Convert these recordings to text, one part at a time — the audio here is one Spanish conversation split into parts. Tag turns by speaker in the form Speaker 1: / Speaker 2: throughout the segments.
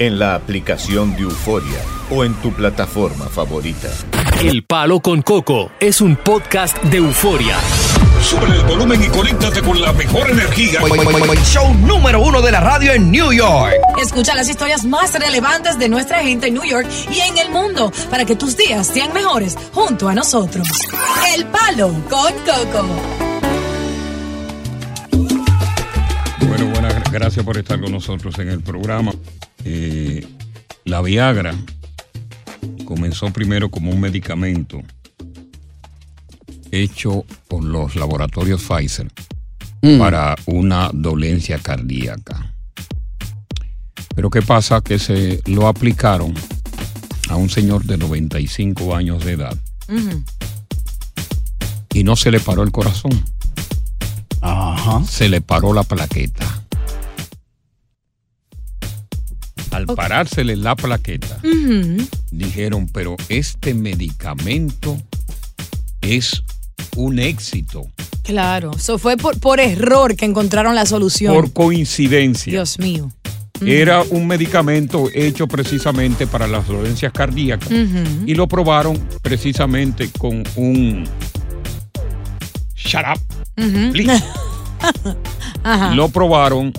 Speaker 1: en la aplicación de Euforia o en tu plataforma favorita.
Speaker 2: El Palo con Coco es un podcast de euforia.
Speaker 3: Sube el volumen y conéctate con la mejor energía.
Speaker 4: Show número uno de la radio en New York.
Speaker 5: Escucha las historias más relevantes de nuestra gente en New York y en el mundo para que tus días sean mejores junto a nosotros. El Palo con Coco.
Speaker 3: Bueno, buenas gracias por estar con nosotros en el programa. Eh, la Viagra comenzó primero como un medicamento hecho por los laboratorios Pfizer para una dolencia cardíaca. Pero ¿qué pasa? Que se lo aplicaron a un señor de 95 años de edad y no se le paró el corazón. Se le paró la plaqueta. Al parársele la plaqueta, dijeron, pero este medicamento es un éxito
Speaker 5: Claro, eso fue por, por error que encontraron la solución.
Speaker 3: por coincidencia.
Speaker 5: Dios mío.
Speaker 3: Era un medicamento hecho precisamente para las dolencias cardíacas
Speaker 5: Ujú.
Speaker 3: y lo probaron precisamente con un shut up,
Speaker 5: Ujú.
Speaker 3: please.
Speaker 5: Ajá.
Speaker 3: Lo probaron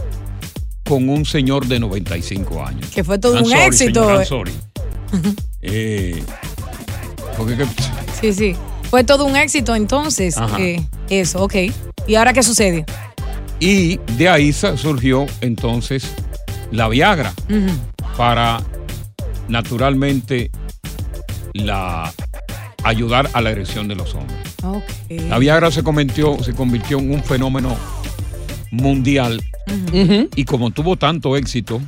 Speaker 3: con un señor de 95 años.
Speaker 5: Que fue todo
Speaker 3: I'm
Speaker 5: un
Speaker 3: sorry,
Speaker 5: éxito.
Speaker 3: señor, I'm sorry. Eh, porque que-
Speaker 5: Sí, sí. Fue todo un éxito entonces.
Speaker 3: Ajá.
Speaker 5: eh, eso, ok. ¿Y ahora qué sucede?
Speaker 3: y de ahí sa- surgió entonces la Viagra
Speaker 5: Ujú.
Speaker 3: para naturalmente la ayudar a la erección de los hombres.
Speaker 5: Ok.
Speaker 3: La Viagra se convirtió, se convirtió en un fenómeno mundial y como tuvo tanto éxito,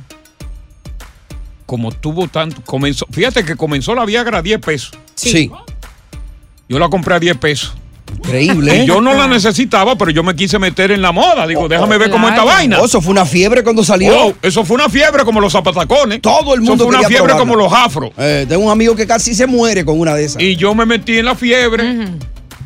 Speaker 3: como tuvo tanto, comenzó, fíjate que comenzó la Viagra a 10 pesos.
Speaker 5: Sí.
Speaker 3: Yo la compré a 10 pesos.
Speaker 4: Increíble. ¿eh?
Speaker 3: Y yo no la necesitaba, pero yo me quise meter en la moda. Digo, déjame ver cómo esta
Speaker 5: Claro.
Speaker 3: vaina.
Speaker 4: Oh, Eso fue una fiebre cuando salió.
Speaker 3: Wow, eso fue una fiebre como los zapatacones.
Speaker 4: Todo el mundo
Speaker 3: Eso fue una
Speaker 4: quería
Speaker 3: fiebre
Speaker 4: probarla.
Speaker 3: como los afros.
Speaker 4: Eh, tengo un amigo que casi se muere con una de esas.
Speaker 3: Y yo me metí en la fiebre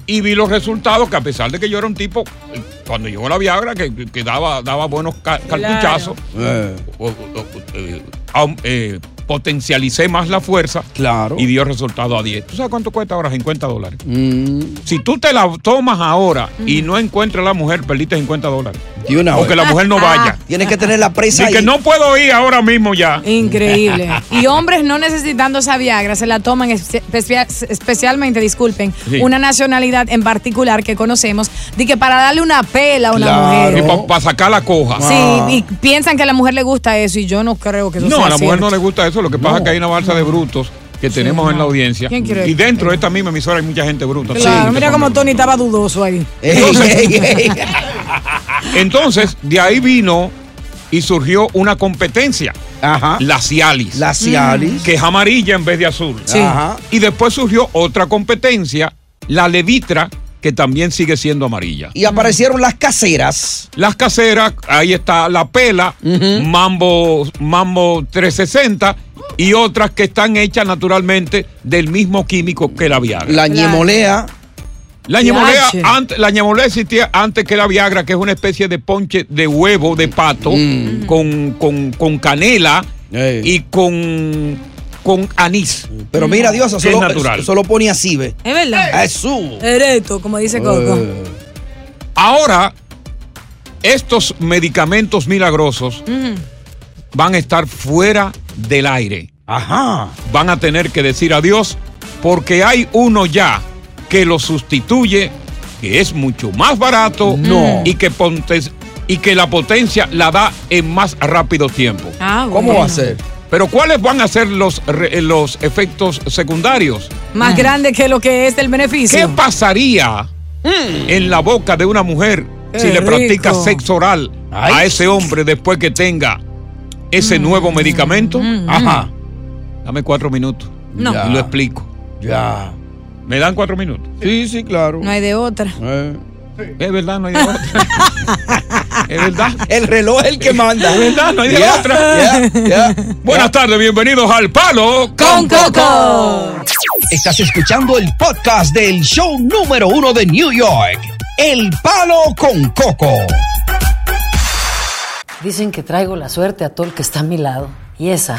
Speaker 3: y vi los resultados que a pesar de que yo era un tipo, eh, cuando llegó la Viagra, que, que daba, daba buenos ca- cartuchazos,
Speaker 4: Eh,
Speaker 3: o- o- o- eh, aum- eh, potencialicé más la fuerza
Speaker 4: claro.
Speaker 3: y dio resultado a 10. ¿Tú sabes cuánto cuesta ahora? 50 dólares.
Speaker 4: Mm,
Speaker 3: Si tú te la tomas ahora
Speaker 5: Mm.
Speaker 3: y no encuentras a la mujer, perdiste 50 dólares.
Speaker 4: y una
Speaker 3: Aunque
Speaker 4: vez.
Speaker 3: la mujer
Speaker 5: Ah.
Speaker 3: no vaya.
Speaker 4: Tienes que tener la presa
Speaker 3: Y que
Speaker 4: ahí.
Speaker 3: no puedo ir ahora mismo ya.
Speaker 5: Increíble. Y hombres no necesitando esa Viagra se la toman espe- espe- especialmente, disculpen,
Speaker 3: Sí.
Speaker 5: una nacionalidad en particular que conocemos, de que para darle una pela a una
Speaker 4: Claro.
Speaker 3: Y
Speaker 5: mujer.
Speaker 3: para sacar la coja.
Speaker 5: Sí, y piensan que a la mujer le gusta eso y yo no creo que eso
Speaker 3: No,
Speaker 5: sea
Speaker 3: a la mujer
Speaker 5: cierto.
Speaker 3: no le gusta eso. Lo que pasa es que hay una balsa de brutos que tenemos en la audiencia.
Speaker 5: ¿Quién quiere?
Speaker 3: Y dentro de esta misma emisora hay mucha gente bruta.
Speaker 5: Claro, mira cómo Tony estaba dudoso ahí.
Speaker 4: Ey, ey, ey.
Speaker 3: Entonces, de ahí vino y surgió una competencia,
Speaker 4: Ajá.
Speaker 3: la Cialis,
Speaker 4: Ah. La Cialis.
Speaker 3: Mm, que es amarilla en vez de azul.
Speaker 5: Sí.
Speaker 4: Ajá.
Speaker 3: Y después surgió otra competencia, la Levitra, que también sigue siendo amarilla.
Speaker 4: Y aparecieron las caseras.
Speaker 3: Las caseras, ahí está la pela, mambo, mambo 360 y otras que están hechas naturalmente del mismo químico que la Viagra.
Speaker 4: La
Speaker 3: La,
Speaker 4: ñemolea.
Speaker 3: ñemolea,
Speaker 5: Yache.
Speaker 3: ant- la ñemolea existía antes que la Viagra, que es una especie de ponche de huevo de pato
Speaker 5: Mm.
Speaker 3: con, con- con Mm. canela
Speaker 4: Mm. Ey.
Speaker 3: y con, con anís.
Speaker 4: Pero mira, Dios,
Speaker 3: Es
Speaker 4: solo,
Speaker 3: natural.
Speaker 4: solo pone así, ve.
Speaker 5: Es verdad.
Speaker 4: Jesús.
Speaker 5: Erecto, como dice Coco.
Speaker 4: Eh,
Speaker 3: Ahora, estos medicamentos milagrosos van a estar fuera del aire.
Speaker 4: Ajá.
Speaker 3: van a tener que decir adiós porque hay uno ya que lo sustituye, que es mucho más barato
Speaker 4: No.
Speaker 3: y, que ponte- y que la potencia la da en más rápido tiempo.
Speaker 5: Ah,
Speaker 4: ¿Cómo va a ser?
Speaker 3: Pero ¿cuáles van a ser los, re- los efectos secundarios?
Speaker 5: Más grande que lo que es el beneficio.
Speaker 3: ¿Qué pasaría en la boca de una mujer
Speaker 5: Mm. Qué
Speaker 3: si le practica
Speaker 5: rico.
Speaker 3: sexo oral a ese hombre después que tenga
Speaker 5: Mm.
Speaker 3: ese nuevo medicamento? Ah,
Speaker 4: Ajá.
Speaker 3: Dame cuatro minutos.
Speaker 5: No.
Speaker 3: Y lo explico.
Speaker 4: Ya.
Speaker 3: ¿Me dan cuatro minutos?
Speaker 4: Sí, sí, claro.
Speaker 5: No hay de otra.
Speaker 4: Eh.
Speaker 3: Es verdad, no hay de otra. es verdad.
Speaker 4: El reloj es el que manda.
Speaker 3: Es verdad, no hay de
Speaker 4: Ya,
Speaker 3: otra.
Speaker 4: ya, ya.
Speaker 3: Buenas tardes, bienvenidos al Palo
Speaker 5: Con Coco.
Speaker 4: Estás escuchando el podcast del show número uno de New York. El palo con coco.
Speaker 6: Dicen que traigo la suerte a todo el que está a mi lado. Y esa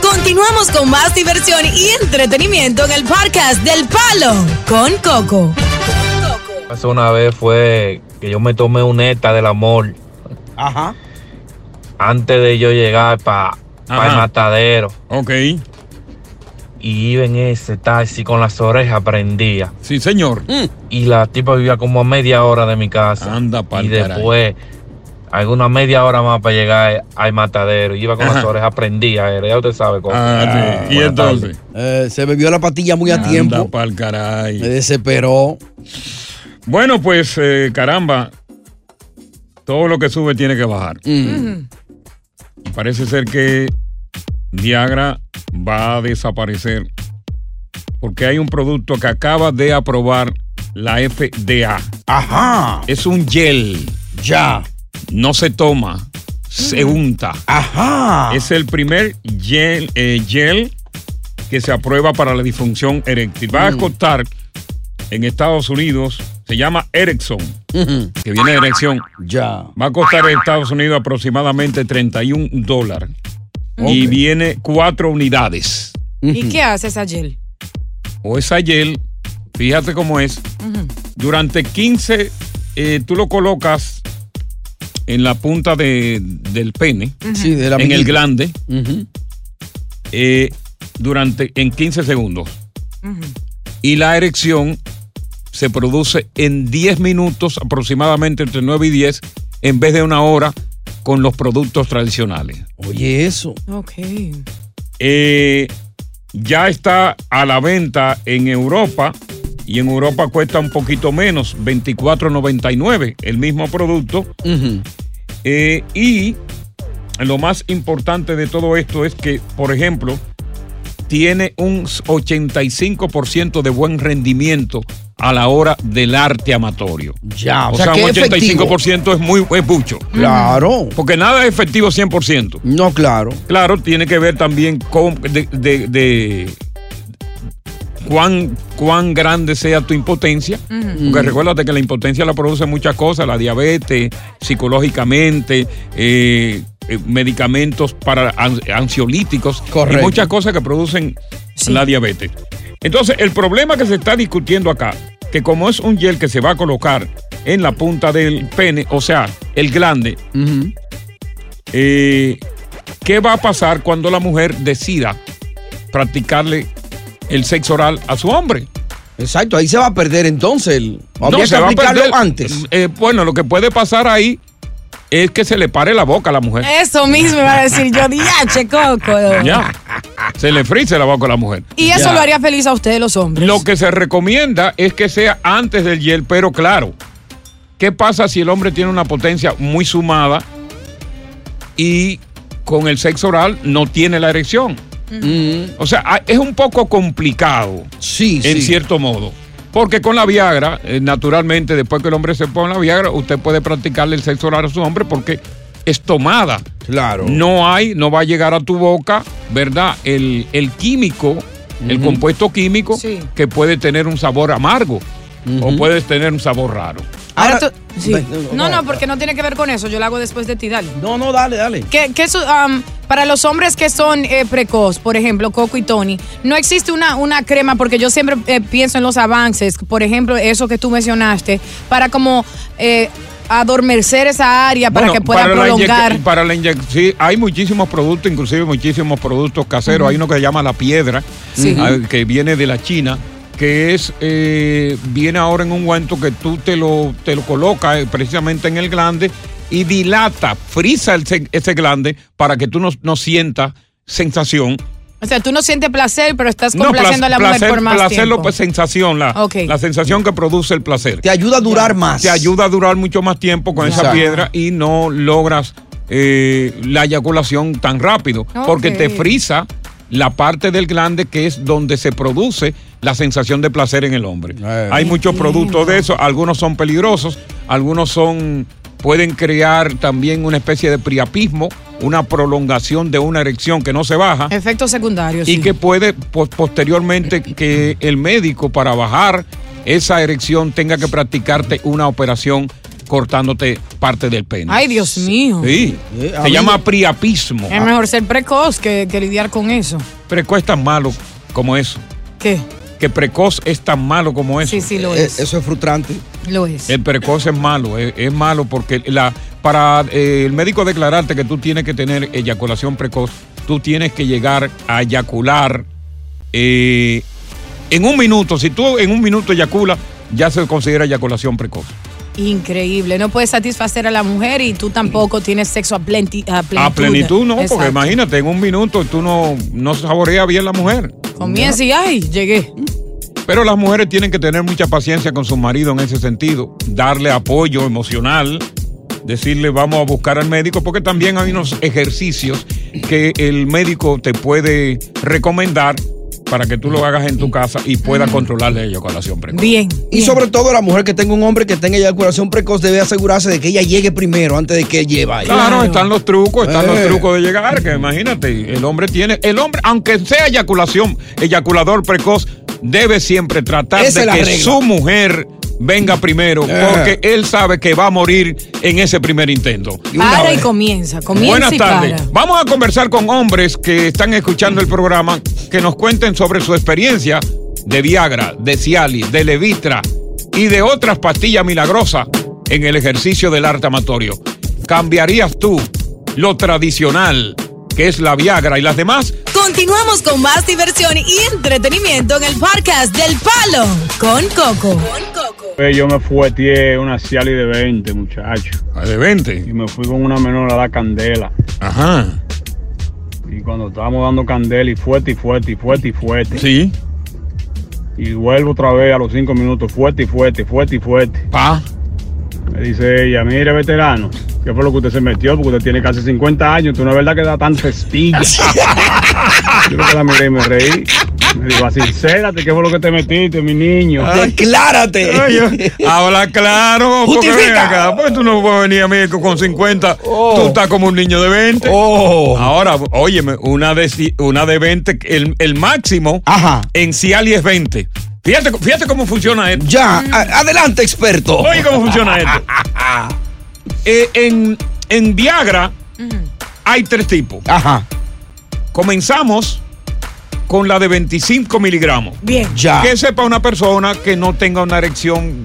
Speaker 5: Continuamos con más diversión y entretenimiento en el podcast del Palo con Coco.
Speaker 7: Hace una vez fue que yo me tomé un ETA del amor
Speaker 4: Ajá.
Speaker 7: antes de yo llegar para el
Speaker 3: Ajá.
Speaker 7: matadero.
Speaker 3: Ok.
Speaker 7: Y iba en ese taxi con las orejas prendidas.
Speaker 3: Sí, señor.
Speaker 4: Mm.
Speaker 7: Y la tipa vivía como a media hora de mi casa.
Speaker 3: Anda pa'l
Speaker 7: Y
Speaker 3: carajo.
Speaker 7: después, alguna media hora más para llegar al matadero. Iba con las
Speaker 3: Ajá.
Speaker 7: orejas prendidas, era, ya usted sabe cómo.
Speaker 3: Ah, sí. Y
Speaker 7: buenas tardes.
Speaker 3: entonces.
Speaker 4: Eh, se bebió la pastilla muy a
Speaker 3: Anda
Speaker 4: tiempo.
Speaker 3: pa'l
Speaker 4: Me
Speaker 3: caray.
Speaker 4: desesperó.
Speaker 3: Bueno, pues, eh, caramba. Todo lo que sube tiene que bajar. Parece ser que Viagra va a desaparecer porque hay un producto que acaba de aprobar la FDA.
Speaker 4: Ajá.
Speaker 3: Es un gel,
Speaker 4: Ya.
Speaker 3: no se toma, se unta.
Speaker 4: Ajá.
Speaker 3: Es el primer gel, eh, gel que se aprueba para la disfunción
Speaker 4: Mm.
Speaker 3: eréctil. Va a costar en Estados Unidos, se llama Erickson,
Speaker 4: Ujú.
Speaker 3: que viene de erección.
Speaker 4: Ya.
Speaker 3: Va a costar en Estados Unidos aproximadamente 31 dólares. Y
Speaker 4: Mm. Ok.
Speaker 3: viene cuatro unidades.
Speaker 5: ¿Y qué haces, Agel?
Speaker 3: o esa gel, fíjate cómo es, durante 15, eh, tú lo colocas en la punta de- del pene,
Speaker 4: Sí, de la
Speaker 3: en el
Speaker 4: amiguita.
Speaker 3: glande,
Speaker 4: Ujú.
Speaker 3: eh, durante, en 15 segundos. Y la erección se produce en 10 minutos, aproximadamente entre 9 y 10, en vez de una hora con los productos tradicionales.
Speaker 4: Oye, eso.
Speaker 5: Ok.
Speaker 3: Eh, ya está a la venta en Europa y en Europa cuesta un poquito menos, 24.99, el mismo producto.
Speaker 4: Ujú.
Speaker 3: Eh, y lo más importante de todo esto es que, por ejemplo, tiene un 85% de buen rendimiento a la hora del arte amatorio.
Speaker 4: Ya.
Speaker 3: O, sea,
Speaker 4: que
Speaker 3: un
Speaker 4: es efectivo.
Speaker 3: 85% es muy es mucho.
Speaker 4: Claro.
Speaker 3: Porque nada es efectivo 100%.
Speaker 4: No, claro.
Speaker 3: Claro, tiene que ver también con de, de- de cuán, cuán grande sea tu impotencia. Porque recuérdate que la impotencia la produce muchas cosas, la diabetes, psicológicamente, eh, eh, medicamentos para an- ansiolíticos
Speaker 4: Correcto.
Speaker 3: y muchas cosas que producen la diabetes. Entonces, el problema que se está discutiendo acá, que como es un gel que se va a colocar en la punta del pene, o sea, el glande,
Speaker 4: Ujú.
Speaker 3: eh, ¿qué va a pasar cuando la mujer decida practicarle el sexo oral a su hombre?
Speaker 4: Exacto. Ahí se va a perder entonces. El... Habría que
Speaker 3: se va a
Speaker 4: aplicarlo
Speaker 3: perder.
Speaker 4: antes.
Speaker 3: Eh, bueno, lo que puede pasar ahí es que se le pare la boca a la mujer.
Speaker 5: Eso mismo iba a decir yo, diache, Coco.
Speaker 3: Ya. Se le frise la boca a la mujer.
Speaker 5: Y eso
Speaker 4: Ya.
Speaker 5: lo haría feliz a ustedes los hombres.
Speaker 3: Lo que se recomienda es que sea antes del gel, pero claro, ¿qué pasa si el hombre tiene una potencia muy sumada y con el sexo oral no tiene la erección?
Speaker 4: Mm,
Speaker 3: O sea, ah, es un poco complicado.
Speaker 4: Sí,
Speaker 3: en
Speaker 4: sí.
Speaker 3: cierto modo. Porque con la Viagra, eh, naturalmente, después que el hombre se pone la Viagra, usted puede practicarle el sexo oral a su hombre porque es tomada.
Speaker 4: Claro.
Speaker 3: No hay, no va a llegar a tu boca, ¿verdad? El, el químico, el compuesto químico
Speaker 5: Sí.
Speaker 3: que puede tener un sabor amargo. o puedes tener un sabor raro.
Speaker 8: Ahora tú-
Speaker 3: sí.
Speaker 8: No, no, porque no tiene que ver con eso. Yo lo hago después de ti, dale.
Speaker 9: No, no, dale, dale.
Speaker 8: Que, que eso, am, um, para los hombres que son eh, precoz, por ejemplo, Coco y Tony, no existe una, una crema, porque yo siempre eh, pienso en los avances, por ejemplo, eso que tú mencionaste, para como eh, adormecer esa área para
Speaker 3: Bueno,
Speaker 8: que pueda
Speaker 3: la inyec-
Speaker 8: prolongar.
Speaker 3: para la inyección, sí, hay muchísimos productos, inclusive muchísimos productos caseros.
Speaker 8: Ujú.
Speaker 3: Hay uno que se llama la piedra,
Speaker 8: Sí.
Speaker 3: ah, que viene de la China, que es eh, viene ahora en un guanto que tú te lo, te lo colocas eh, precisamente en el glande y dilata, frisa el se- ese glande para que tú no, no sientas sensación.
Speaker 8: O sea, tú no sientes placer, pero estás
Speaker 3: No,
Speaker 8: complaciendo a la
Speaker 3: plac-
Speaker 8: mujer
Speaker 3: placer-
Speaker 8: por más
Speaker 3: placer lo-
Speaker 8: tiempo.
Speaker 3: pues, sensación, la,
Speaker 8: Ok.
Speaker 3: la sensación que produce el placer.
Speaker 9: Te ayuda a durar más.
Speaker 3: Te ayuda a durar mucho más tiempo con esa
Speaker 9: Exacto.
Speaker 3: piedra y no logras eh, la eyaculación tan rápido porque
Speaker 9: Ok.
Speaker 3: te frisa la parte del glande que es donde se produce la sensación de placer en el hombre.
Speaker 9: Eh.
Speaker 3: Hay muchos productos de eso, algunos son peligrosos, algunos son pueden crear también una especie de priapismo, una prolongación de una erección que no se baja
Speaker 8: Efectos secundarios.
Speaker 3: y
Speaker 8: sí. Eh,
Speaker 3: que puede pos- posteriormente que el médico para bajar esa erección tenga que practicarte una operación cortándote parte del pene.
Speaker 8: Ay, Dios mío.
Speaker 3: Sí,
Speaker 8: ha
Speaker 3: se
Speaker 8: habido-
Speaker 3: llama priapismo.
Speaker 8: Es mejor ser precoz que, que lidiar con eso.
Speaker 3: Precoz es tan malo como eso.
Speaker 8: ¿Qué?
Speaker 3: Que precoz es tan malo como eso.
Speaker 8: Sí,
Speaker 9: Eh,
Speaker 8: sí, lo es.
Speaker 3: Eso es frustrante.
Speaker 8: Lo es.
Speaker 3: El precoz es malo, es, es malo porque la, para eh, el médico declararte que tú tienes que tener eyaculación precoz, tú tienes que llegar a eyacular eh, en un minuto. Si tú en un minuto eyaculas, ya se considera eyaculación precoz.
Speaker 8: Increíble. No puedes satisfacer a la mujer y tú tampoco tienes sexo a, plenti- a plenitud.
Speaker 3: A plenitud no, porque
Speaker 8: Exacto.
Speaker 3: imagínate, en un minuto tú no, no saboreas bien la mujer.
Speaker 8: Comienza y ay, llegué.
Speaker 3: Pero las mujeres tienen que tener mucha paciencia con su marido en ese sentido, darle apoyo emocional, decirle vamos a buscar al médico, porque también hay unos ejercicios que el médico te puede recomendar para que tú lo hagas en tu casa y pueda controlar la eyaculación precoz.
Speaker 8: Bien.
Speaker 9: Y sobre todo la mujer que tenga un hombre que tenga eyaculación precoz debe asegurarse de que ella llegue primero antes de que lleva.
Speaker 3: Claro, están los trucos, están
Speaker 9: Eh.
Speaker 3: los trucos de llegar, que imagínate, el hombre tiene, el hombre, aunque sea eyaculación, eyaculador precoz, debe siempre tratar
Speaker 9: Esa
Speaker 3: de
Speaker 9: es la
Speaker 3: que
Speaker 9: regla.
Speaker 3: su mujer venga primero,
Speaker 9: Eh.
Speaker 3: porque él sabe que va a morir en ese primer intento.
Speaker 8: Para y comienza. Comienza
Speaker 3: Buenas
Speaker 8: y
Speaker 3: tardes.
Speaker 8: para.
Speaker 3: Vamos a conversar con hombres que están escuchando el programa, que nos cuenten sobre su experiencia de Viagra, de Cialis, de Levitra y de otras pastillas milagrosas en el ejercicio del arte amatorio. ¿Cambiarías tú lo tradicional, que es la Viagra y las demás?
Speaker 5: Continuamos con más diversión y entretenimiento en el podcast del Palo con Coco.
Speaker 10: Pues yo me fueteé una Ciali de 20, muchacho.
Speaker 3: ¿De 20? Y
Speaker 10: me fui con una menor a la candela.
Speaker 3: Ajá.
Speaker 10: Y cuando estábamos dando candela y fuerte y fuerte y fuerte y fuerte.
Speaker 3: Sí.
Speaker 10: Y vuelvo otra vez a los cinco minutos, fuerte y fuerte, fuerte y fuerte.
Speaker 3: Pa.
Speaker 10: Me dice ella, mire veterano, ¿qué fue lo que usted se metió? Porque usted tiene casi 50 años, tú no es verdad que da tan cestilla. yo lo que la miré y me reí. Me dijo, sincérate, ¿qué fue lo que te metiste, mi niño?
Speaker 9: Declárate.
Speaker 3: Habla claro, porque ven
Speaker 9: Justifica.
Speaker 3: acá, pues tú no puedes venir a mí con 50, tú estás como un niño de 20.
Speaker 9: Oh.
Speaker 3: Ahora, óyeme, una de, ci- una de 20, el, el máximo en Ciali es 20. Fíjate, fíjate cómo funciona esto.
Speaker 9: Ya, adelante, experto.
Speaker 3: Oye, cómo funciona esto. Eh, en, en Viagra hay tres tipos.
Speaker 9: Ajá.
Speaker 3: Comenzamos con la de 25 miligramos.
Speaker 5: Bien.
Speaker 9: Ya.
Speaker 3: Que sepa una persona que no tenga una erección,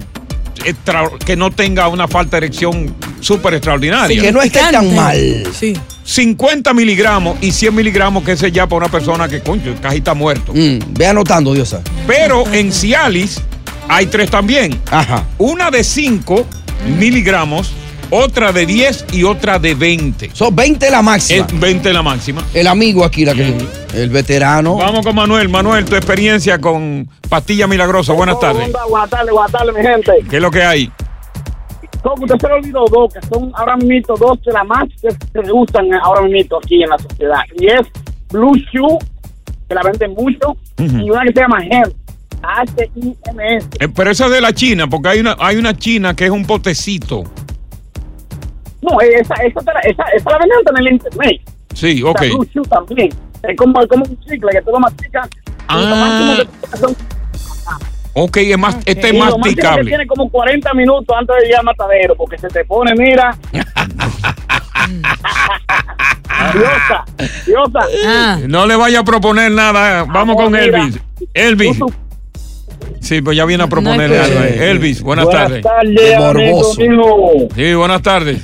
Speaker 3: extra- que no tenga una falta de erección súper extraordinaria.
Speaker 9: que no esté tan mal.
Speaker 8: Sí.
Speaker 3: 50 miligramos y 100 miligramos, que ese ya para una persona que, coño, casi está muerto.
Speaker 9: Mm. ve anotando, Diosa.
Speaker 3: Pero en Cialis hay tres también.
Speaker 9: Ajá.
Speaker 3: Una de 5 miligramos, otra de 10 y otra de 20.
Speaker 9: Son 20 la máxima.
Speaker 3: Es 20 la máxima.
Speaker 9: El amigo aquí, la que, el veterano.
Speaker 3: Vamos con Manuel. Manuel, tu experiencia con Pastilla Milagrosa. Buenas tardes.
Speaker 11: Buenas tardes, buenas tardes, mi gente.
Speaker 3: ¿Qué es lo que hay?
Speaker 11: Coco, usted se le olvidó dos, que son ahora mismo dos de las más que se usan ahora mismo aquí en la sociedad. Y es Blue Shoe, que la venden mucho, y una que se llama Hemp, H-I-M-S.
Speaker 3: Eh, pero esa es de la China, porque hay una, hay una China que es un potecito.
Speaker 11: No, esa, esa, te la- esa, esa la venden hasta en el internet.
Speaker 3: Sí,
Speaker 11: La
Speaker 3: ok.
Speaker 11: Blue Chew también. Es como, es como un chicle que tú lo masticas. y lo
Speaker 3: Ah.
Speaker 11: máximo que-
Speaker 3: Ok, es más, este es
Speaker 11: Y lo máximo que
Speaker 3: masticable.
Speaker 11: tiene como 40 minutos antes de llegar al matadero, porque se te pone, mira. diosa, diosa.
Speaker 3: No le vaya a proponer nada. Vamos con
Speaker 11: mira.
Speaker 3: Elvis. Elvis. Sí, pues ya viene a proponer
Speaker 11: escuché.
Speaker 3: algo. eh. Elvis, buenas,
Speaker 12: Buenas
Speaker 3: tardes.
Speaker 12: tardes, amigo mío.
Speaker 3: Sí, buenas tardes.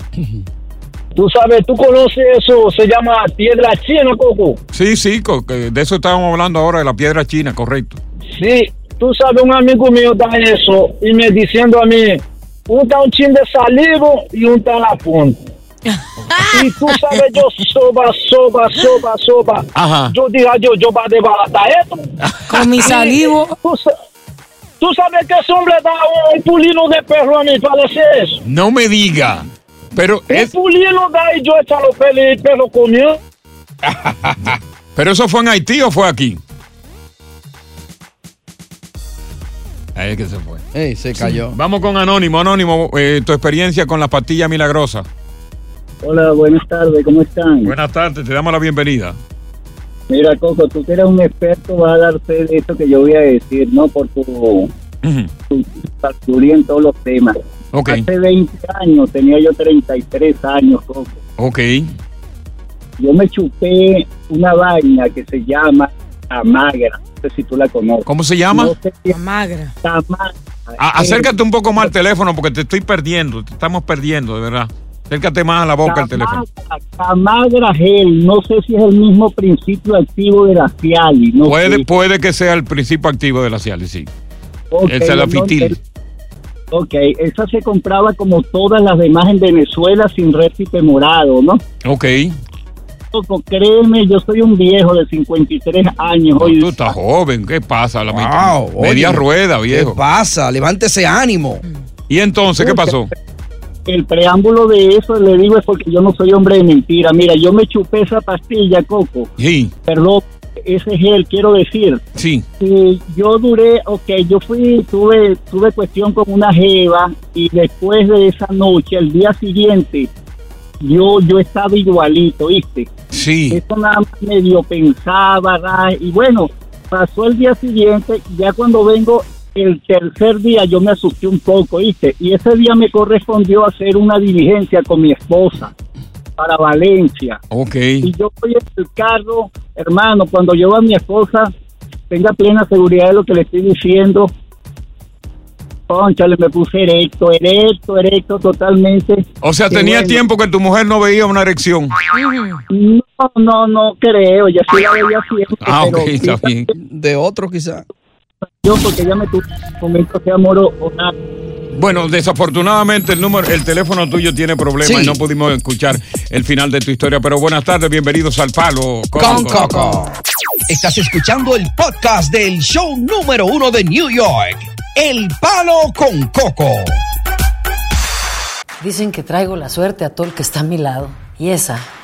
Speaker 12: Tú sabes, tú conoces eso, se llama piedra china, Coco.
Speaker 3: Sí, sí, co- que de eso estábamos hablando ahora, de la piedra china, correcto.
Speaker 12: Sí, tú sabes, un amigo mío da eso y me diciendo a mí, unta un chin de salivo y unta la punta.
Speaker 8: Ah.
Speaker 12: y tú sabes, yo soba, soba, soba, soba.
Speaker 3: Ajá.
Speaker 12: Yo diga yo, yo va a desbaratar esto.
Speaker 8: Con mi
Speaker 12: Y
Speaker 8: salivo.
Speaker 12: Tú, sa- tú sabes que ese hombre da un, un pulino de perro a mí para hacer eso.
Speaker 3: No me diga. Pero
Speaker 12: Un pulino da y yo echa los pelos y el perro comió.
Speaker 3: ¿Pero eso fue en Haití o fue aquí? Ahí es que se fue.
Speaker 9: Ey, se cayó.
Speaker 3: Sí. Vamos con Anónimo. Anónimo, eh, tu experiencia con la pastilla milagrosa.
Speaker 13: Hola, buenas tardes, ¿cómo están?
Speaker 3: Buenas tardes, te damos la bienvenida.
Speaker 13: Mira, Coco, tú que eres un experto vas a dar fe de esto que yo voy a decir, ¿no? Por tu, tu sabiduría en todos los temas. Hace 20 años, tenía yo 33 años, Coco.
Speaker 3: Ok.
Speaker 13: Yo me chupé una vaina que se llama Tamagra. No sé si tú la conoces.
Speaker 3: ¿Cómo se llama?
Speaker 8: Magra.
Speaker 3: A- acércate un poco más al teléfono porque te estoy perdiendo, te estamos perdiendo, de verdad. Acércate más a la boca al teléfono.
Speaker 13: Tamagra gel. No sé si es el mismo principio activo de la Cialis. No sé.
Speaker 3: Puede, puede que sea el principio activo de la Cialis, sí.
Speaker 13: Ok,
Speaker 3: el salafitil.
Speaker 13: entonces- Ok, esa se compraba como todas las demás en Venezuela sin récipe morado, ¿no?
Speaker 3: Ok.
Speaker 13: Coco, créeme, yo soy un viejo de 53 años.
Speaker 3: No, tú estás joven, ¿qué pasa? La
Speaker 13: Wow,
Speaker 3: me- media
Speaker 13: oye,
Speaker 3: rueda, viejo.
Speaker 13: ¿qué pasa?
Speaker 9: Levántese ánimo.
Speaker 3: ¿Y entonces qué pasó?
Speaker 13: El preámbulo de eso le digo es porque yo no soy hombre de mentira. Mira, yo me chupé esa pastilla, Coco.
Speaker 3: Sí.
Speaker 13: Perdón, ese gel, quiero decir.
Speaker 3: Sí.
Speaker 13: Y yo duré, ok, yo fui, tuve, tuve cuestión con una jeva y después de esa noche, el día siguiente, yo, yo estaba igualito, ¿viste?
Speaker 3: Sí.
Speaker 13: Eso nada más medio pensaba, ra- Ah, y bueno, pasó el día siguiente, ya cuando vengo el tercer día yo me asusté un poco, ¿viste? Y ese día me correspondió hacer una diligencia con mi esposa para Valencia.
Speaker 3: Ok.
Speaker 13: Y yo voy en el carro, hermano, cuando llevo a mi esposa, tenga plena seguridad de lo que le estoy diciendo. Pónchale, me puse erecto, erecto, erecto totalmente.
Speaker 3: O sea,
Speaker 13: Y
Speaker 3: tenía
Speaker 13: bueno,
Speaker 3: tiempo que tu mujer no veía una erección.
Speaker 13: No, no, no creo, ya sí la veía siempre.
Speaker 3: Ah, ok,
Speaker 13: pero
Speaker 3: está bien.
Speaker 9: De otro, quizá.
Speaker 13: Yo, porque ya me tuve con esto de amor o- o nada.
Speaker 3: Bueno, desafortunadamente el número, el teléfono tuyo tiene problemas y no pudimos escuchar el final de tu historia. Pero buenas tardes, bienvenidos al Palo
Speaker 4: Con Coco. Estás escuchando el podcast del show número uno de New York, El Palo con Coco.
Speaker 6: Dicen que traigo la suerte a todo el que está a mi lado. Y esa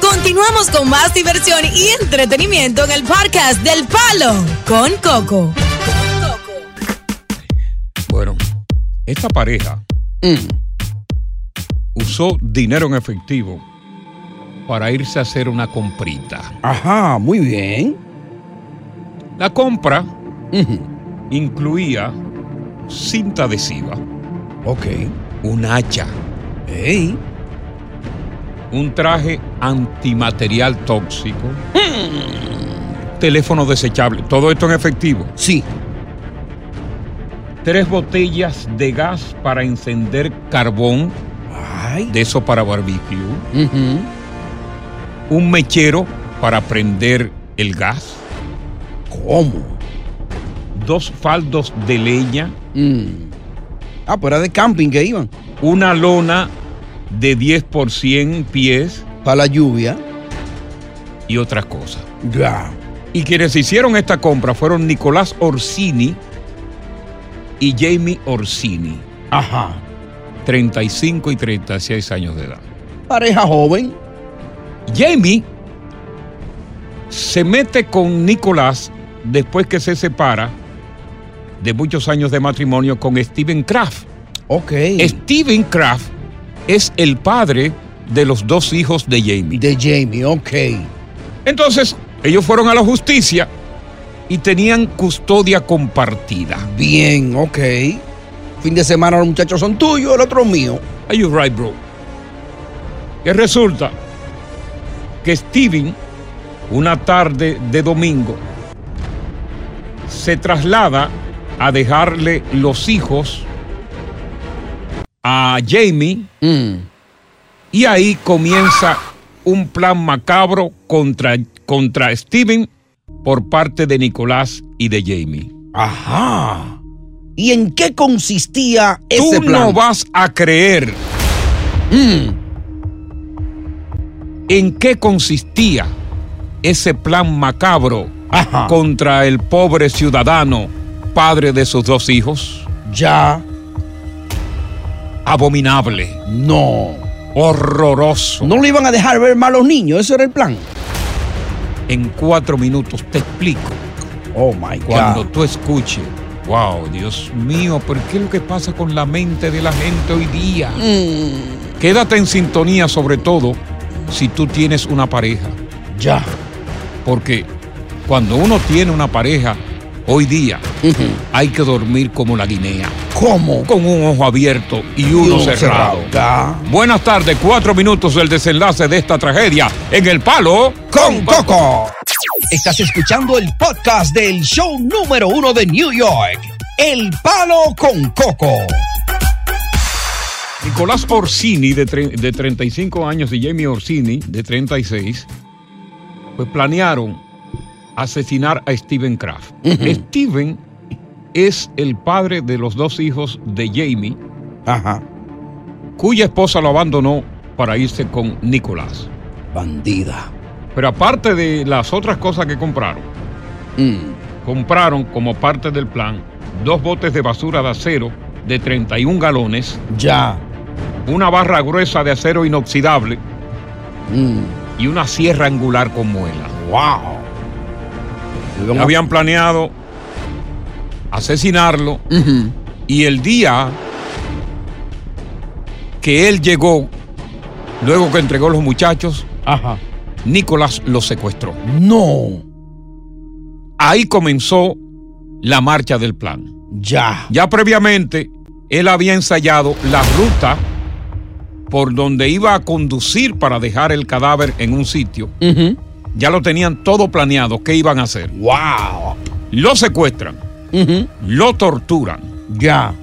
Speaker 5: Continuamos con más diversión y entretenimiento en el podcast del Palo con Coco.
Speaker 3: Bueno, esta pareja usó dinero en efectivo para irse a hacer una comprita.
Speaker 9: Ajá, muy bien.
Speaker 3: La compra incluía cinta adhesiva.
Speaker 9: Ok.
Speaker 3: Un hacha. Un traje antimaterial tóxico. Hmm. Teléfono desechable. Todo esto en efectivo.
Speaker 9: Sí.
Speaker 3: Tres botellas de gas para encender carbón. De eso para barbecue. Un mechero para prender el gas.
Speaker 9: ¿Cómo?
Speaker 3: Dos faldos de leña.
Speaker 9: Ah, pues era de camping que iban.
Speaker 3: Una lona de 10 por 100 pies.
Speaker 9: Para la lluvia.
Speaker 3: Y otras cosas.
Speaker 9: Ya.
Speaker 3: Y quienes hicieron esta compra fueron Nicolás Orsini y Jamie Orsini. Ajá. 35 y 36 años de edad.
Speaker 9: Pareja joven.
Speaker 3: Jamie se mete con Nicolás después que se separa de muchos años de matrimonio con Steven Kraft.
Speaker 9: Ok.
Speaker 3: Steven Kraft es el padre de los dos hijos de Jamie.
Speaker 9: De Jamie, ok.
Speaker 3: Entonces, ellos fueron a la justicia y tenían custodia compartida.
Speaker 9: Bien, ok. Fin de semana los muchachos son tuyos, el otro es mío.
Speaker 3: Are you right, bro? Que resulta que Steven, una tarde de domingo, se traslada a dejarle los hijos a Jamie y ahí comienza un plan macabro contra, contra Steven por parte de Nicolás y de Jamie.
Speaker 9: Ajá. ¿Y en qué consistía ese
Speaker 3: Tú
Speaker 9: plan? Mm.
Speaker 3: no vas a creer en qué consistía ese plan macabro contra el pobre ciudadano, padre de sus dos hijos.
Speaker 9: Ya.
Speaker 3: Abominable.
Speaker 9: No.
Speaker 3: Horroroso.
Speaker 9: No lo iban a dejar ver mal a los niños, ese era el plan.
Speaker 3: En cuatro minutos te explico.
Speaker 9: Oh my God.
Speaker 3: Cuando tú escuches, wow, Dios mío, ¿por qué es lo que pasa con la mente de la gente hoy día? Quédate en sintonía, sobre todo si tú tienes una pareja.
Speaker 9: Ya.
Speaker 3: Porque cuando uno tiene una pareja, hoy día hay que dormir como la guinea.
Speaker 9: ¿Cómo?
Speaker 3: Con un ojo abierto y uno,
Speaker 9: uno
Speaker 3: cerrado.
Speaker 9: cerrado. Ya.
Speaker 3: Buenas tardes, cuatro minutos del desenlace de esta tragedia en el palo
Speaker 9: con Coco. Estás escuchando el podcast del show número uno de New York, El Palo con Coco.
Speaker 3: Nicolás Orsini, de, tre- de 35 años, y Jamie Orsini, de 36, pues planearon asesinar a Steven Kraft.
Speaker 9: Ujú.
Speaker 3: Steven es el padre de los dos hijos de Jamie, cuya esposa lo abandonó para irse con Nicolás.
Speaker 9: Bandida.
Speaker 3: Pero aparte de las otras cosas que compraron, compraron como parte del plan dos botes de basura de acero de 31 galones.
Speaker 9: Ya.
Speaker 3: Una barra gruesa de acero inoxidable
Speaker 9: Mm.
Speaker 3: y una sierra angular con muela.
Speaker 9: ¡Wow!
Speaker 3: Ya habían planeado asesinarlo y el día que él llegó, luego que entregó los muchachos, Nicolás los secuestró.
Speaker 9: Mm-hmm. No.
Speaker 3: Ahí comenzó la marcha del plan.
Speaker 9: Ya.
Speaker 3: Ya previamente, él había ensayado la ruta por donde iba a conducir para dejar el cadáver en un sitio. Ya lo tenían todo planeado, qué iban a hacer.
Speaker 9: ¡Wow!
Speaker 3: Lo secuestran, lo torturan.
Speaker 9: Ya.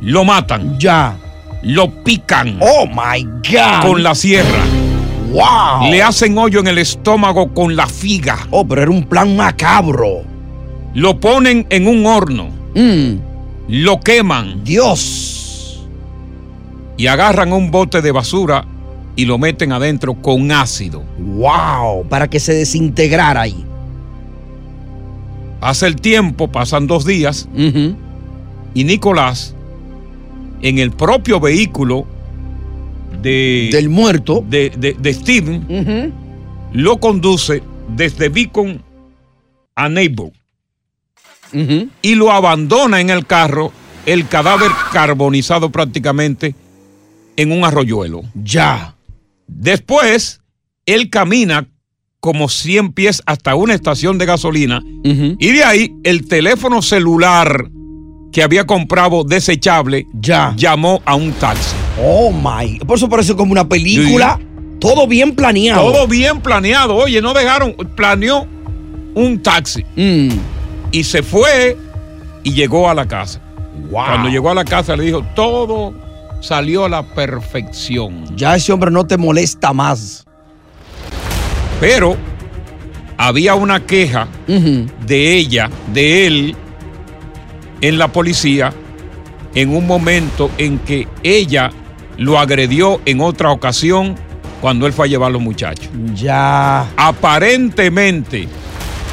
Speaker 3: Lo matan.
Speaker 9: Ya.
Speaker 3: Lo pican.
Speaker 9: Oh my God.
Speaker 3: Con la sierra.
Speaker 9: ¡Wow!
Speaker 3: Le hacen hoyo en el estómago con la figa.
Speaker 9: Oh, pero era un plan macabro.
Speaker 3: Lo ponen en un horno. Lo queman.
Speaker 9: Dios.
Speaker 3: Y agarran un bote de basura y lo meten adentro con ácido.
Speaker 9: ¡Wow! Para que se desintegrara ahí.
Speaker 3: Pasa el tiempo, pasan dos días. Y Nicolás, en el propio vehículo de,
Speaker 9: del muerto,
Speaker 3: de, de- de Steven, lo conduce desde Beacon a Neighbor. Y lo abandona en el carro, el cadáver carbonizado prácticamente en un arroyuelo.
Speaker 9: Ya.
Speaker 3: Después, él camina como 100 pies hasta una estación de gasolina y de ahí el teléfono celular que había comprado desechable
Speaker 9: Ya.
Speaker 3: llamó a un taxi.
Speaker 9: Oh my. Por eso parece como una película. Todo bien planeado.
Speaker 3: Todo bien planeado. Oye, no dejaron, planeó un taxi.
Speaker 9: Mm.
Speaker 3: Y se fue y llegó a la casa. Cuando llegó a la casa le dijo, todo salió a la perfección.
Speaker 9: Ya ese hombre no te molesta más.
Speaker 3: Pero había una queja de ella, de él, en la policía, en un momento en que ella lo agredió en otra ocasión cuando él fue a llevar a los muchachos.
Speaker 9: Ya.
Speaker 3: Aparentemente,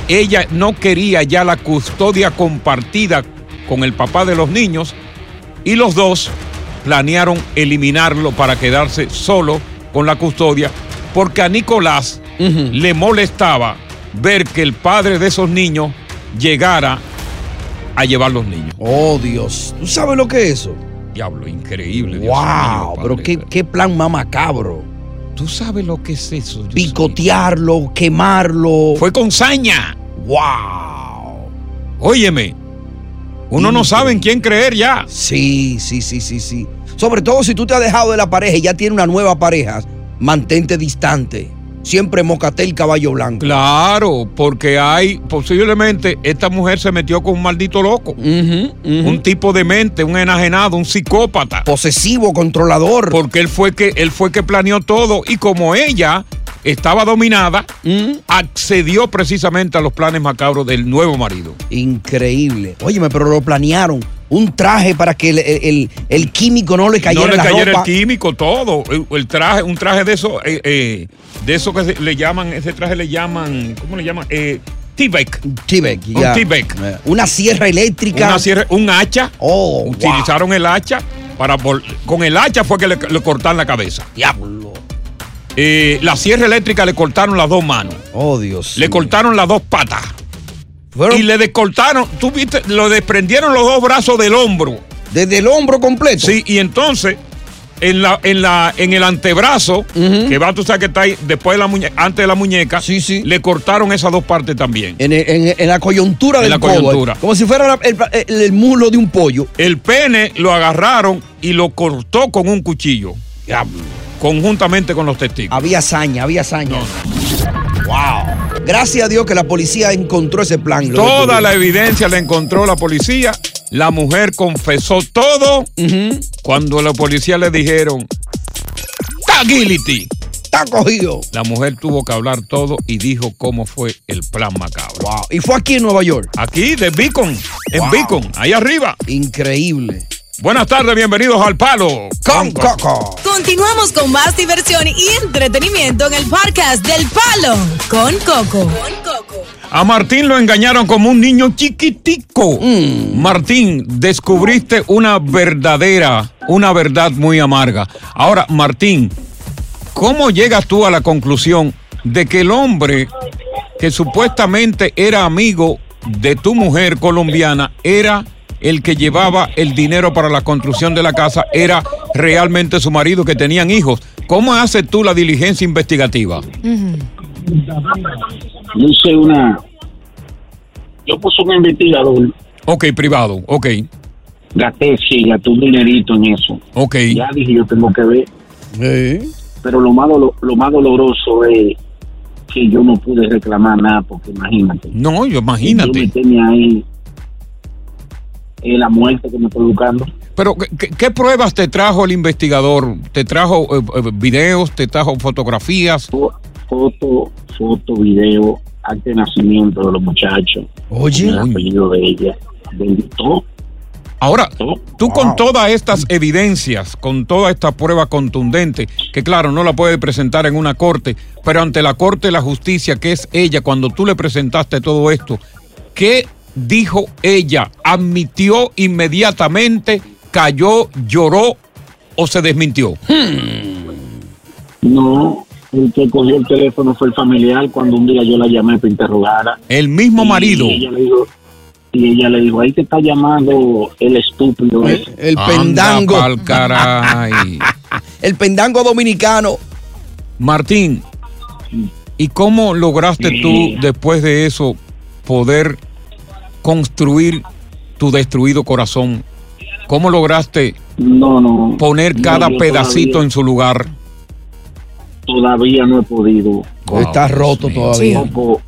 Speaker 3: ella no quería ya la custodia compartida con el papá de los niños y los dos planearon eliminarlo para quedarse solo con la custodia porque a Nicolás uh -huh. le molestaba ver que el padre de esos niños llegara a llevar los niños. Oh,
Speaker 9: Oh, Dios. ¿Tú sabes lo que es eso?
Speaker 3: Diablo, increíble.
Speaker 9: Dios wow, mío, pero qué, qué plan más macabro.
Speaker 3: ¿Tú sabes lo que es eso? Dios
Speaker 9: Picotearlo, mío. quemarlo.
Speaker 3: Fue con saña.
Speaker 9: Wow.
Speaker 3: Óyeme, uno sí. no sabe en quién creer ya.
Speaker 9: Sí, sí, sí, sí, sí. Sobre todo si tú te has dejado de la pareja y ya tiene una nueva pareja, mantente distante. Siempre mocate el caballo blanco.
Speaker 3: Claro, porque hay, posiblemente, esta mujer se metió con un maldito loco. Uh -huh, uh -huh. Un tipo de mente, un enajenado, un psicópata.
Speaker 9: Posesivo, controlador.
Speaker 3: Porque él fue que, él fue que planeó todo. Y como ella estaba dominada, uh -huh. accedió precisamente a los planes macabros del nuevo marido.
Speaker 9: Increíble. Óyeme, pero lo planearon un traje para que el, el, el, químico no le cayera
Speaker 3: no le
Speaker 9: la
Speaker 3: cayera
Speaker 9: ropa.
Speaker 3: el químico todo el, el, traje un traje de eso eh, eh, de eso que se, le llaman ese traje le llaman cómo le llaman eh, T-Bag.
Speaker 9: T-Bag,
Speaker 3: yeah. Un T-Bag. Yeah.
Speaker 9: Eh, Una sierra eléctrica.
Speaker 3: Una sierra, un hacha.
Speaker 9: Oh,
Speaker 3: Utilizaron wow. el hacha para. Con el hacha fue que le, le cortaron la cabeza. Eh,
Speaker 9: Diablo.
Speaker 3: la sierra eléctrica le cortaron las dos manos.
Speaker 9: Oh, Dios.
Speaker 3: Le Dios. cortaron las dos patas. Pero, y le descortaron, tú viste, lo desprendieron los dos brazos del hombro.
Speaker 9: Desde el hombro completo.
Speaker 3: Sí, y entonces, en la, en la, en el antebrazo, uh -huh. que va, tú sabes que está ahí después de la muñeca, antes de la muñeca,
Speaker 9: sí, sí.
Speaker 3: le cortaron esas dos partes también.
Speaker 9: En, en, en la coyuntura en del la coyuntura. Codo, como si fuera el, el, el mulo de un pollo.
Speaker 3: El pene lo agarraron y lo cortó con un cuchillo. Conjuntamente con los testigos.
Speaker 9: Había saña, había
Speaker 3: No.
Speaker 9: saña. Wow. Gracias a Dios que la policía encontró ese plan.
Speaker 3: Toda la evidencia la encontró la policía. La mujer confesó todo uh -huh. cuando la policía le dijeron, ¡Está guilty!
Speaker 9: ¡Está cogido!
Speaker 3: La mujer tuvo que hablar todo y dijo cómo fue el plan macabro.
Speaker 9: Wow. ¿Y fue aquí en Nueva York?
Speaker 3: Aquí, de Beacon, en wow. Beacon, ahí arriba.
Speaker 9: Increíble.
Speaker 3: Buenas tardes, bienvenidos al Palo
Speaker 9: con Coco.
Speaker 5: Continuamos con más diversión y entretenimiento en el podcast del Palo con Coco.
Speaker 3: A Martín lo engañaron como un niño chiquitico. Mm. Martín, descubriste una verdadera, una verdad muy amarga. Ahora, Martín, ¿cómo llegas tú a la conclusión de que el hombre que supuestamente era amigo de tu mujer colombiana era el que llevaba el dinero para la construcción de la casa era realmente su marido, que tenían hijos. ¿Cómo haces tú la diligencia investigativa? Uh
Speaker 14: -huh. Yo hice una. Yo puse un investigador.
Speaker 3: Ok, privado, ok.
Speaker 14: Gasté, sí, gasté un dinerito en eso.
Speaker 3: Ok.
Speaker 14: Ya dije, yo tengo que ver.
Speaker 3: ¿Eh?
Speaker 14: Pero lo más, dolo, lo más doloroso es que yo no pude reclamar nada, porque imagínate.
Speaker 3: No, yo imagínate.
Speaker 14: Yo me tenía ahí eh, la muerte que me está educando.
Speaker 3: Pero, ¿qué, ¿qué, pruebas te trajo el investigador? ¿Te trajo eh, videos? ¿Te trajo fotografías?
Speaker 14: Foto, foto, video, acta de nacimiento de los muchachos.
Speaker 3: Oye.
Speaker 14: El apellido de ella. Bendito.
Speaker 3: Ahora, tú wow. con todas estas evidencias, con toda esta prueba contundente, que claro, no la puede presentar en una corte, pero ante la corte de la justicia, que es ella, cuando tú le presentaste todo esto, ¿qué dijo ella, admitió inmediatamente, cayó, lloró o se desmintió.
Speaker 14: No, el que cogió el teléfono fue el familiar cuando un día yo la llamé para interrogarla.
Speaker 3: El mismo
Speaker 14: y
Speaker 3: marido.
Speaker 14: Ella le dijo, y ella le dijo, ahí te está llamando el estúpido.
Speaker 3: Eh,
Speaker 9: El, el pendango.
Speaker 3: Pal caray.
Speaker 9: el pendango dominicano.
Speaker 3: Martín, ¿y cómo lograste sí. tú después de eso poder construir tu destruido corazón? ¿Cómo lograste
Speaker 14: no, no,
Speaker 3: poner cada
Speaker 14: no,
Speaker 3: pedacito
Speaker 14: todavía,
Speaker 3: en su lugar?
Speaker 14: Todavía no he podido.
Speaker 9: Wow, Estás roto sí. todavía.
Speaker 14: Coco,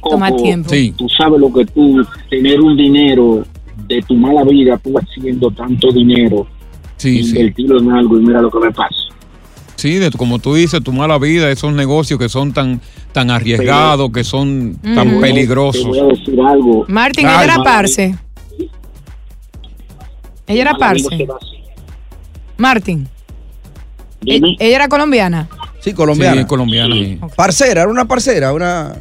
Speaker 14: Coco,
Speaker 8: Toma tiempo.
Speaker 3: Sí.
Speaker 14: Tú sabes lo que tú, tener un dinero de tu mala vida, tú haciendo tanto dinero,
Speaker 3: sí,
Speaker 14: invertirlo en algo y mira lo que me pasa.
Speaker 3: Sí, de, como tú dices, tu mala vida, esos negocios que son tan, tan arriesgados, Pero, que son mm. tan peligrosos. Te
Speaker 14: voy a decir algo.
Speaker 8: Martín, ella era parce. Ella era parce. Martín. e-
Speaker 5: Eh,
Speaker 8: ¿Ella era colombiana?
Speaker 9: Sí, colombiana.
Speaker 3: Sí, colombiana. Sí. Okay.
Speaker 9: Parcera, era una parcera, una...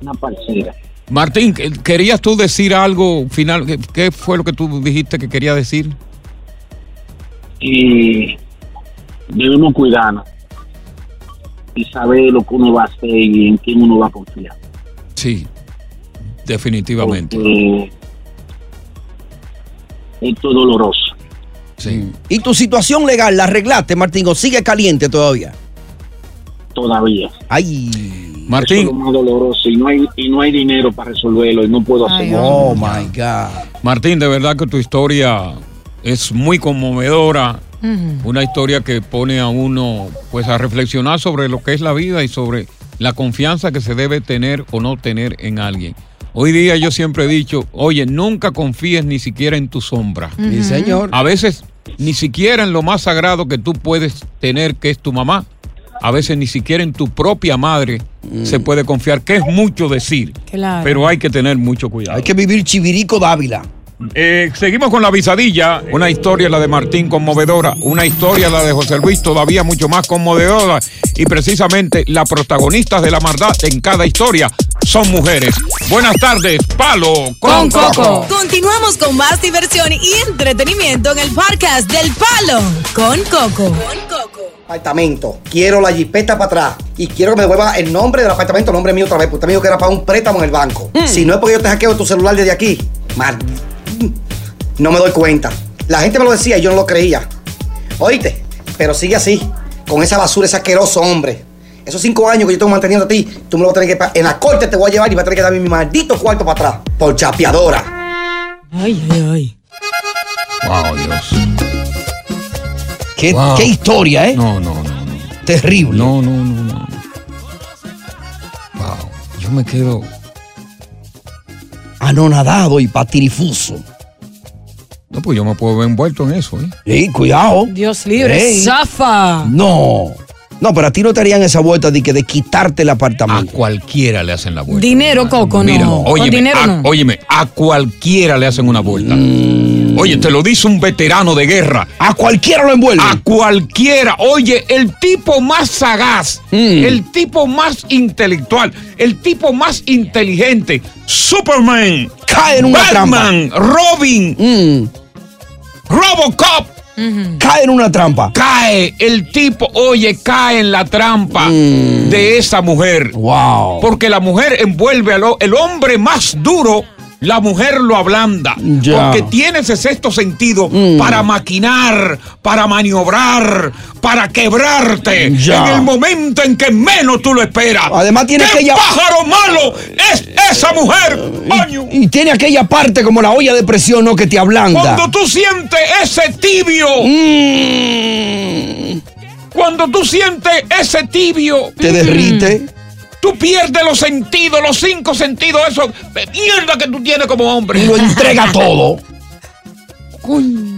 Speaker 14: Una parcera.
Speaker 3: Martín, ¿querías tú decir algo final? ¿Qué fue lo que tú dijiste que quería decir?
Speaker 14: eh, debemos cuidarnos y saber lo que uno va a hacer y en quién uno va a confiar.
Speaker 15: Sí, definitivamente.
Speaker 14: Eh, esto es doloroso.
Speaker 15: Sí.
Speaker 9: ¿Y tu situación legal la arreglaste, Martín? ¿O sigue caliente todavía?
Speaker 14: Todavía.
Speaker 9: Ay.
Speaker 14: Martín. Eso es lo más doloroso y no hay, y no hay dinero para resolverlo y no puedo hacer nada.
Speaker 9: Oh my God.
Speaker 3: Martín, de verdad que tu historia es muy conmovedora. Una historia que pone a uno pues a reflexionar sobre lo que es la vida y sobre la confianza que se debe tener o no tener en alguien. Hoy día yo siempre he dicho, oye, nunca confíes ni siquiera en tu sombra.
Speaker 9: Sí, señor.
Speaker 3: A veces ni siquiera en lo más sagrado que tú puedes tener, que es tu mamá. A veces ni siquiera en tu propia madre
Speaker 15: Mm.
Speaker 3: se puede confiar, que es mucho decir.
Speaker 8: Claro.
Speaker 3: Pero hay que tener mucho cuidado.
Speaker 9: Hay que vivir chivirico Dávila.
Speaker 3: Eh, seguimos con la visadilla. Una historia, la de Martín, conmovedora. Una historia, la de José Luis, todavía mucho más conmovedora. Y precisamente las protagonistas de la maldad en cada historia son mujeres. Buenas tardes, Palo con, Coco.
Speaker 5: Continuamos con más diversión y entretenimiento en el podcast del Palo con Coco.
Speaker 16: apartamento. Quiero la jipeta para atrás. Ah, Y quiero que me devuelva el nombre del apartamento, el nombre mío otra vez. Porque usted me dijo que era para un préstamo en el banco.
Speaker 8: Mm.
Speaker 16: Si no es porque yo te hackeo tu celular desde aquí, mal. No me doy cuenta. La gente me lo decía y yo no lo creía. Oíste, pero sigue así. Con esa basura, ese asqueroso hombre. Esos cinco años que yo tengo manteniendo a ti, tú me lo vas a tener que. pa- En la corte te voy a llevar y vas a tener que darme mi maldito cuarto para atrás. Por chapeadora.
Speaker 5: Ay, ay, ay.
Speaker 15: Wow, Dios.
Speaker 9: ¿Qué,
Speaker 15: Wow.
Speaker 9: qué historia, ¿eh?
Speaker 15: No, no, no.
Speaker 9: Terrible.
Speaker 15: No, no, no, no. Wow. Yo me quedo.
Speaker 9: Anonadado y patirifuso.
Speaker 15: No, pues yo me puedo ver envuelto en eso, ¿eh?
Speaker 9: Sí, cuidado.
Speaker 8: Dios libre.
Speaker 9: Ey.
Speaker 8: Zafa.
Speaker 9: No. No, pero a ti no te harían esa vuelta de que de quitarte el apartamento.
Speaker 15: A cualquiera le hacen la vuelta.
Speaker 8: Dinero, Coco, no.
Speaker 3: Mira,
Speaker 8: Con
Speaker 3: óyeme,
Speaker 8: dinero
Speaker 3: a,
Speaker 8: no.
Speaker 3: óyeme, a cualquiera le hacen una vuelta.
Speaker 15: Mm.
Speaker 3: Oye, te lo dice un veterano de guerra.
Speaker 9: A cualquiera lo envuelve.
Speaker 3: A cualquiera. Oye, el tipo más sagaz,
Speaker 15: Mm.
Speaker 3: el tipo más intelectual, el tipo más inteligente, Superman,
Speaker 9: Cae en una
Speaker 3: Batman, Robin, Robocop.
Speaker 9: Mm. Cae en una trampa.
Speaker 3: Cae el tipo, oye, cae en la trampa
Speaker 9: Mm.
Speaker 3: de esa mujer.
Speaker 9: Wow.
Speaker 3: Porque la mujer envuelve al ho- el hombre más duro, la mujer lo ablanda.
Speaker 9: Ya. Mm.
Speaker 3: Porque tiene ese sexto sentido para maquinar, para maniobrar, para quebrarte
Speaker 9: Ya.
Speaker 3: en el momento en que menos tú lo esperas.
Speaker 9: Además tiene
Speaker 3: ¿Qué
Speaker 9: aquella-
Speaker 3: pájaro malo es esa mujer? coño?
Speaker 9: Y tiene aquella parte como la olla de presión, ¿no? Que te ablanda.
Speaker 3: Cuando tú sientes ese tibio.
Speaker 9: Mm.
Speaker 3: Cuando tú sientes ese tibio.
Speaker 9: Te derrite.
Speaker 3: Tú pierdes los sentidos, los cinco sentidos, eso de mierda que tú tienes como hombre.
Speaker 9: Lo entrega todo.
Speaker 3: Coño.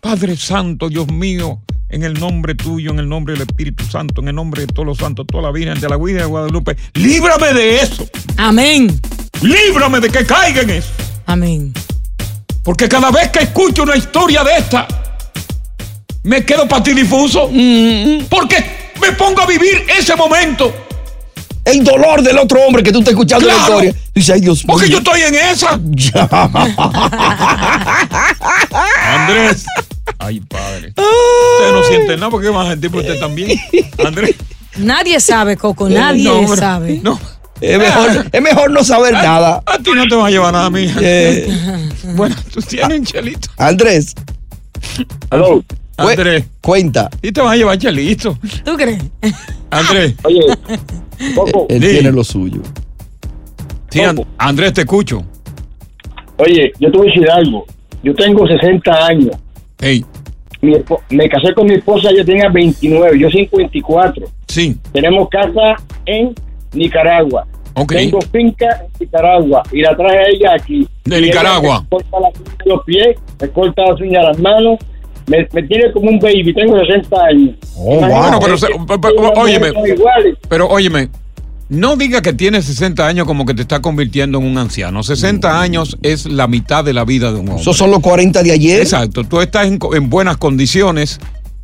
Speaker 3: Padre Santo, Dios mío, en el nombre tuyo, en el nombre del Espíritu Santo, en el nombre de todos los santos, toda la Virgen de la Virgen de Guadalupe, líbrame de eso.
Speaker 8: Amén.
Speaker 3: Líbrame de que caiga en eso.
Speaker 8: Amén.
Speaker 3: Porque cada vez que escucho una historia de esta, me quedo patidifuso.
Speaker 9: Mm.
Speaker 3: Porque me pongo a vivir ese momento.
Speaker 9: El dolor del otro hombre que tú estás escuchando la
Speaker 3: Claro.
Speaker 9: historia. Dice, ay, Dios mío.
Speaker 3: Porque yo estoy en esa. Andrés. Ay, padre. Usted no siente nada porque es más gente usted también. Andrés.
Speaker 8: Nadie sabe, Coco,
Speaker 3: No,
Speaker 8: nadie
Speaker 3: hombre,
Speaker 8: sabe.
Speaker 3: No. Ah.
Speaker 9: Es mejor, es mejor no saber nada.
Speaker 3: A ti no te vas a llevar nada, mija.
Speaker 9: Eh.
Speaker 3: Bueno, tú tienes un chelito.
Speaker 9: Andrés.
Speaker 14: Hello.
Speaker 9: cu-
Speaker 3: Andrés.
Speaker 9: Cuenta.
Speaker 3: Y te vas a llevar chelito.
Speaker 8: ¿Tú crees?
Speaker 3: Andrés.
Speaker 14: Oye, Coco,
Speaker 9: Él
Speaker 3: Sí.
Speaker 9: tiene lo suyo.
Speaker 3: Sí, And- Andrés, te escucho.
Speaker 14: oye, yo te voy a decir algo. Yo tengo 60 años.
Speaker 3: Ey,
Speaker 14: Mi espo- me casé con mi esposa, ella tenía 29, yo 54.
Speaker 3: sí,
Speaker 14: Tenemos casa en Nicaragua.
Speaker 3: Ok.
Speaker 14: Tengo finca en Nicaragua y la traje a ella aquí.
Speaker 3: De
Speaker 14: Y ella
Speaker 3: Nicaragua.
Speaker 14: Me corta las uñas de los pies, me corta las uñas de las manos, me, me tiene como un baby, tengo 60 años.
Speaker 9: Oh,
Speaker 14: Imagínate
Speaker 3: Bueno, pero
Speaker 14: que-
Speaker 3: se-
Speaker 14: que
Speaker 3: pe- pe-
Speaker 14: las mujeres
Speaker 3: óyeme.
Speaker 14: son iguales.
Speaker 3: pero óyeme, no diga que tienes 60 años como que te está convirtiendo en un anciano. 60 años es la mitad de la vida de un hombre.
Speaker 9: Esos son los 40 de ayer.
Speaker 3: Exacto, tú estás en, co- en buenas condiciones.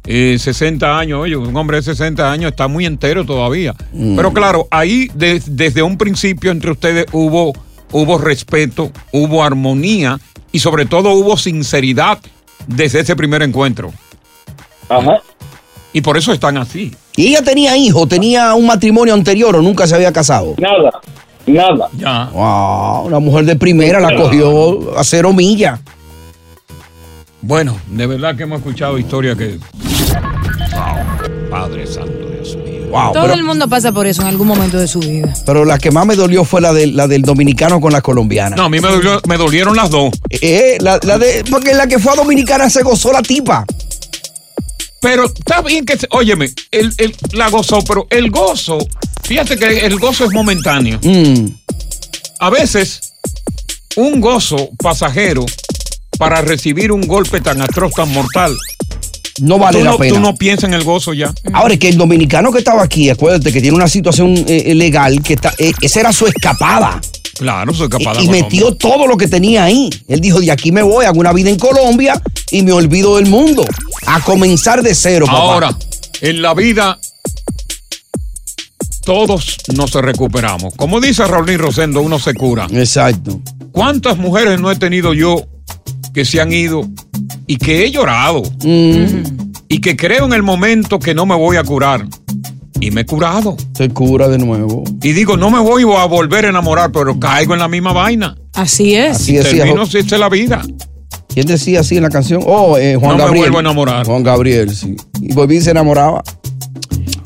Speaker 3: eh, 60 años, oye, un hombre de 60 años está muy entero todavía. Pero claro, ahí de- desde un principio entre ustedes hubo, hubo respeto, hubo armonía y sobre todo hubo sinceridad desde ese primer encuentro.
Speaker 9: Ajá.
Speaker 3: Y por eso están así.
Speaker 9: ¿Y ella tenía hijo? ¿Tenía un matrimonio anterior o nunca se había casado?
Speaker 17: Nada, nada.
Speaker 3: Ya.
Speaker 9: Wow, una mujer de primera la cogió a cero milla.
Speaker 3: Bueno, de verdad que hemos escuchado historias que. Wow, Padre Santo, Dios mío.
Speaker 9: Wow,
Speaker 18: Todo
Speaker 9: pero,
Speaker 18: el mundo pasa por eso en algún momento de su vida.
Speaker 9: pero la que más me dolió fue la, de, la del dominicano con la colombiana.
Speaker 3: No, a mí me, dolió- me dolieron las dos.
Speaker 9: Eh, la, la de, porque la que fue a dominicana se gozó la tipa.
Speaker 3: Pero está bien que. se- Óyeme, el, el- la gozó, pero el gozo. Fíjate que el gozo es momentáneo.
Speaker 9: Mm,
Speaker 3: A veces, un gozo pasajero para recibir un golpe tan atroz, tan mortal.
Speaker 9: No vale
Speaker 3: tú
Speaker 9: la
Speaker 3: no,
Speaker 9: pena.
Speaker 3: Tú no piensas en el gozo ya.
Speaker 9: Ahora, es que el dominicano que estaba aquí, acuérdate que tiene una situación eh, legal, que está, eh, esa era su escapada.
Speaker 3: Claro, soy capaz de
Speaker 9: y metió todo lo que tenía ahí. Él dijo, de aquí me voy, hago una vida en Colombia y me olvido del mundo. A comenzar de cero, papá.
Speaker 3: Ahora, en la vida todos nos recuperamos. Como dice Raulín Rosendo, uno se cura.
Speaker 9: Exacto.
Speaker 3: ¿Cuántas mujeres no he tenido yo que se han ido y que he llorado?
Speaker 9: Mm,
Speaker 3: Y que creo en el momento que no me voy a curar. Y me he curado.
Speaker 9: Se cura de nuevo.
Speaker 3: Y digo, no me voy a volver a enamorar, pero caigo en la misma vaina.
Speaker 18: Así es.
Speaker 9: Así
Speaker 3: Y
Speaker 9: decía,
Speaker 3: termino
Speaker 9: Jo-
Speaker 3: así es la vida.
Speaker 9: ¿Quién decía así en la canción? Oh, eh, Juan
Speaker 3: No me
Speaker 9: Gabriel.
Speaker 3: vuelvo a enamorar.
Speaker 9: Juan Gabriel, sí. Y volví y se enamoraba.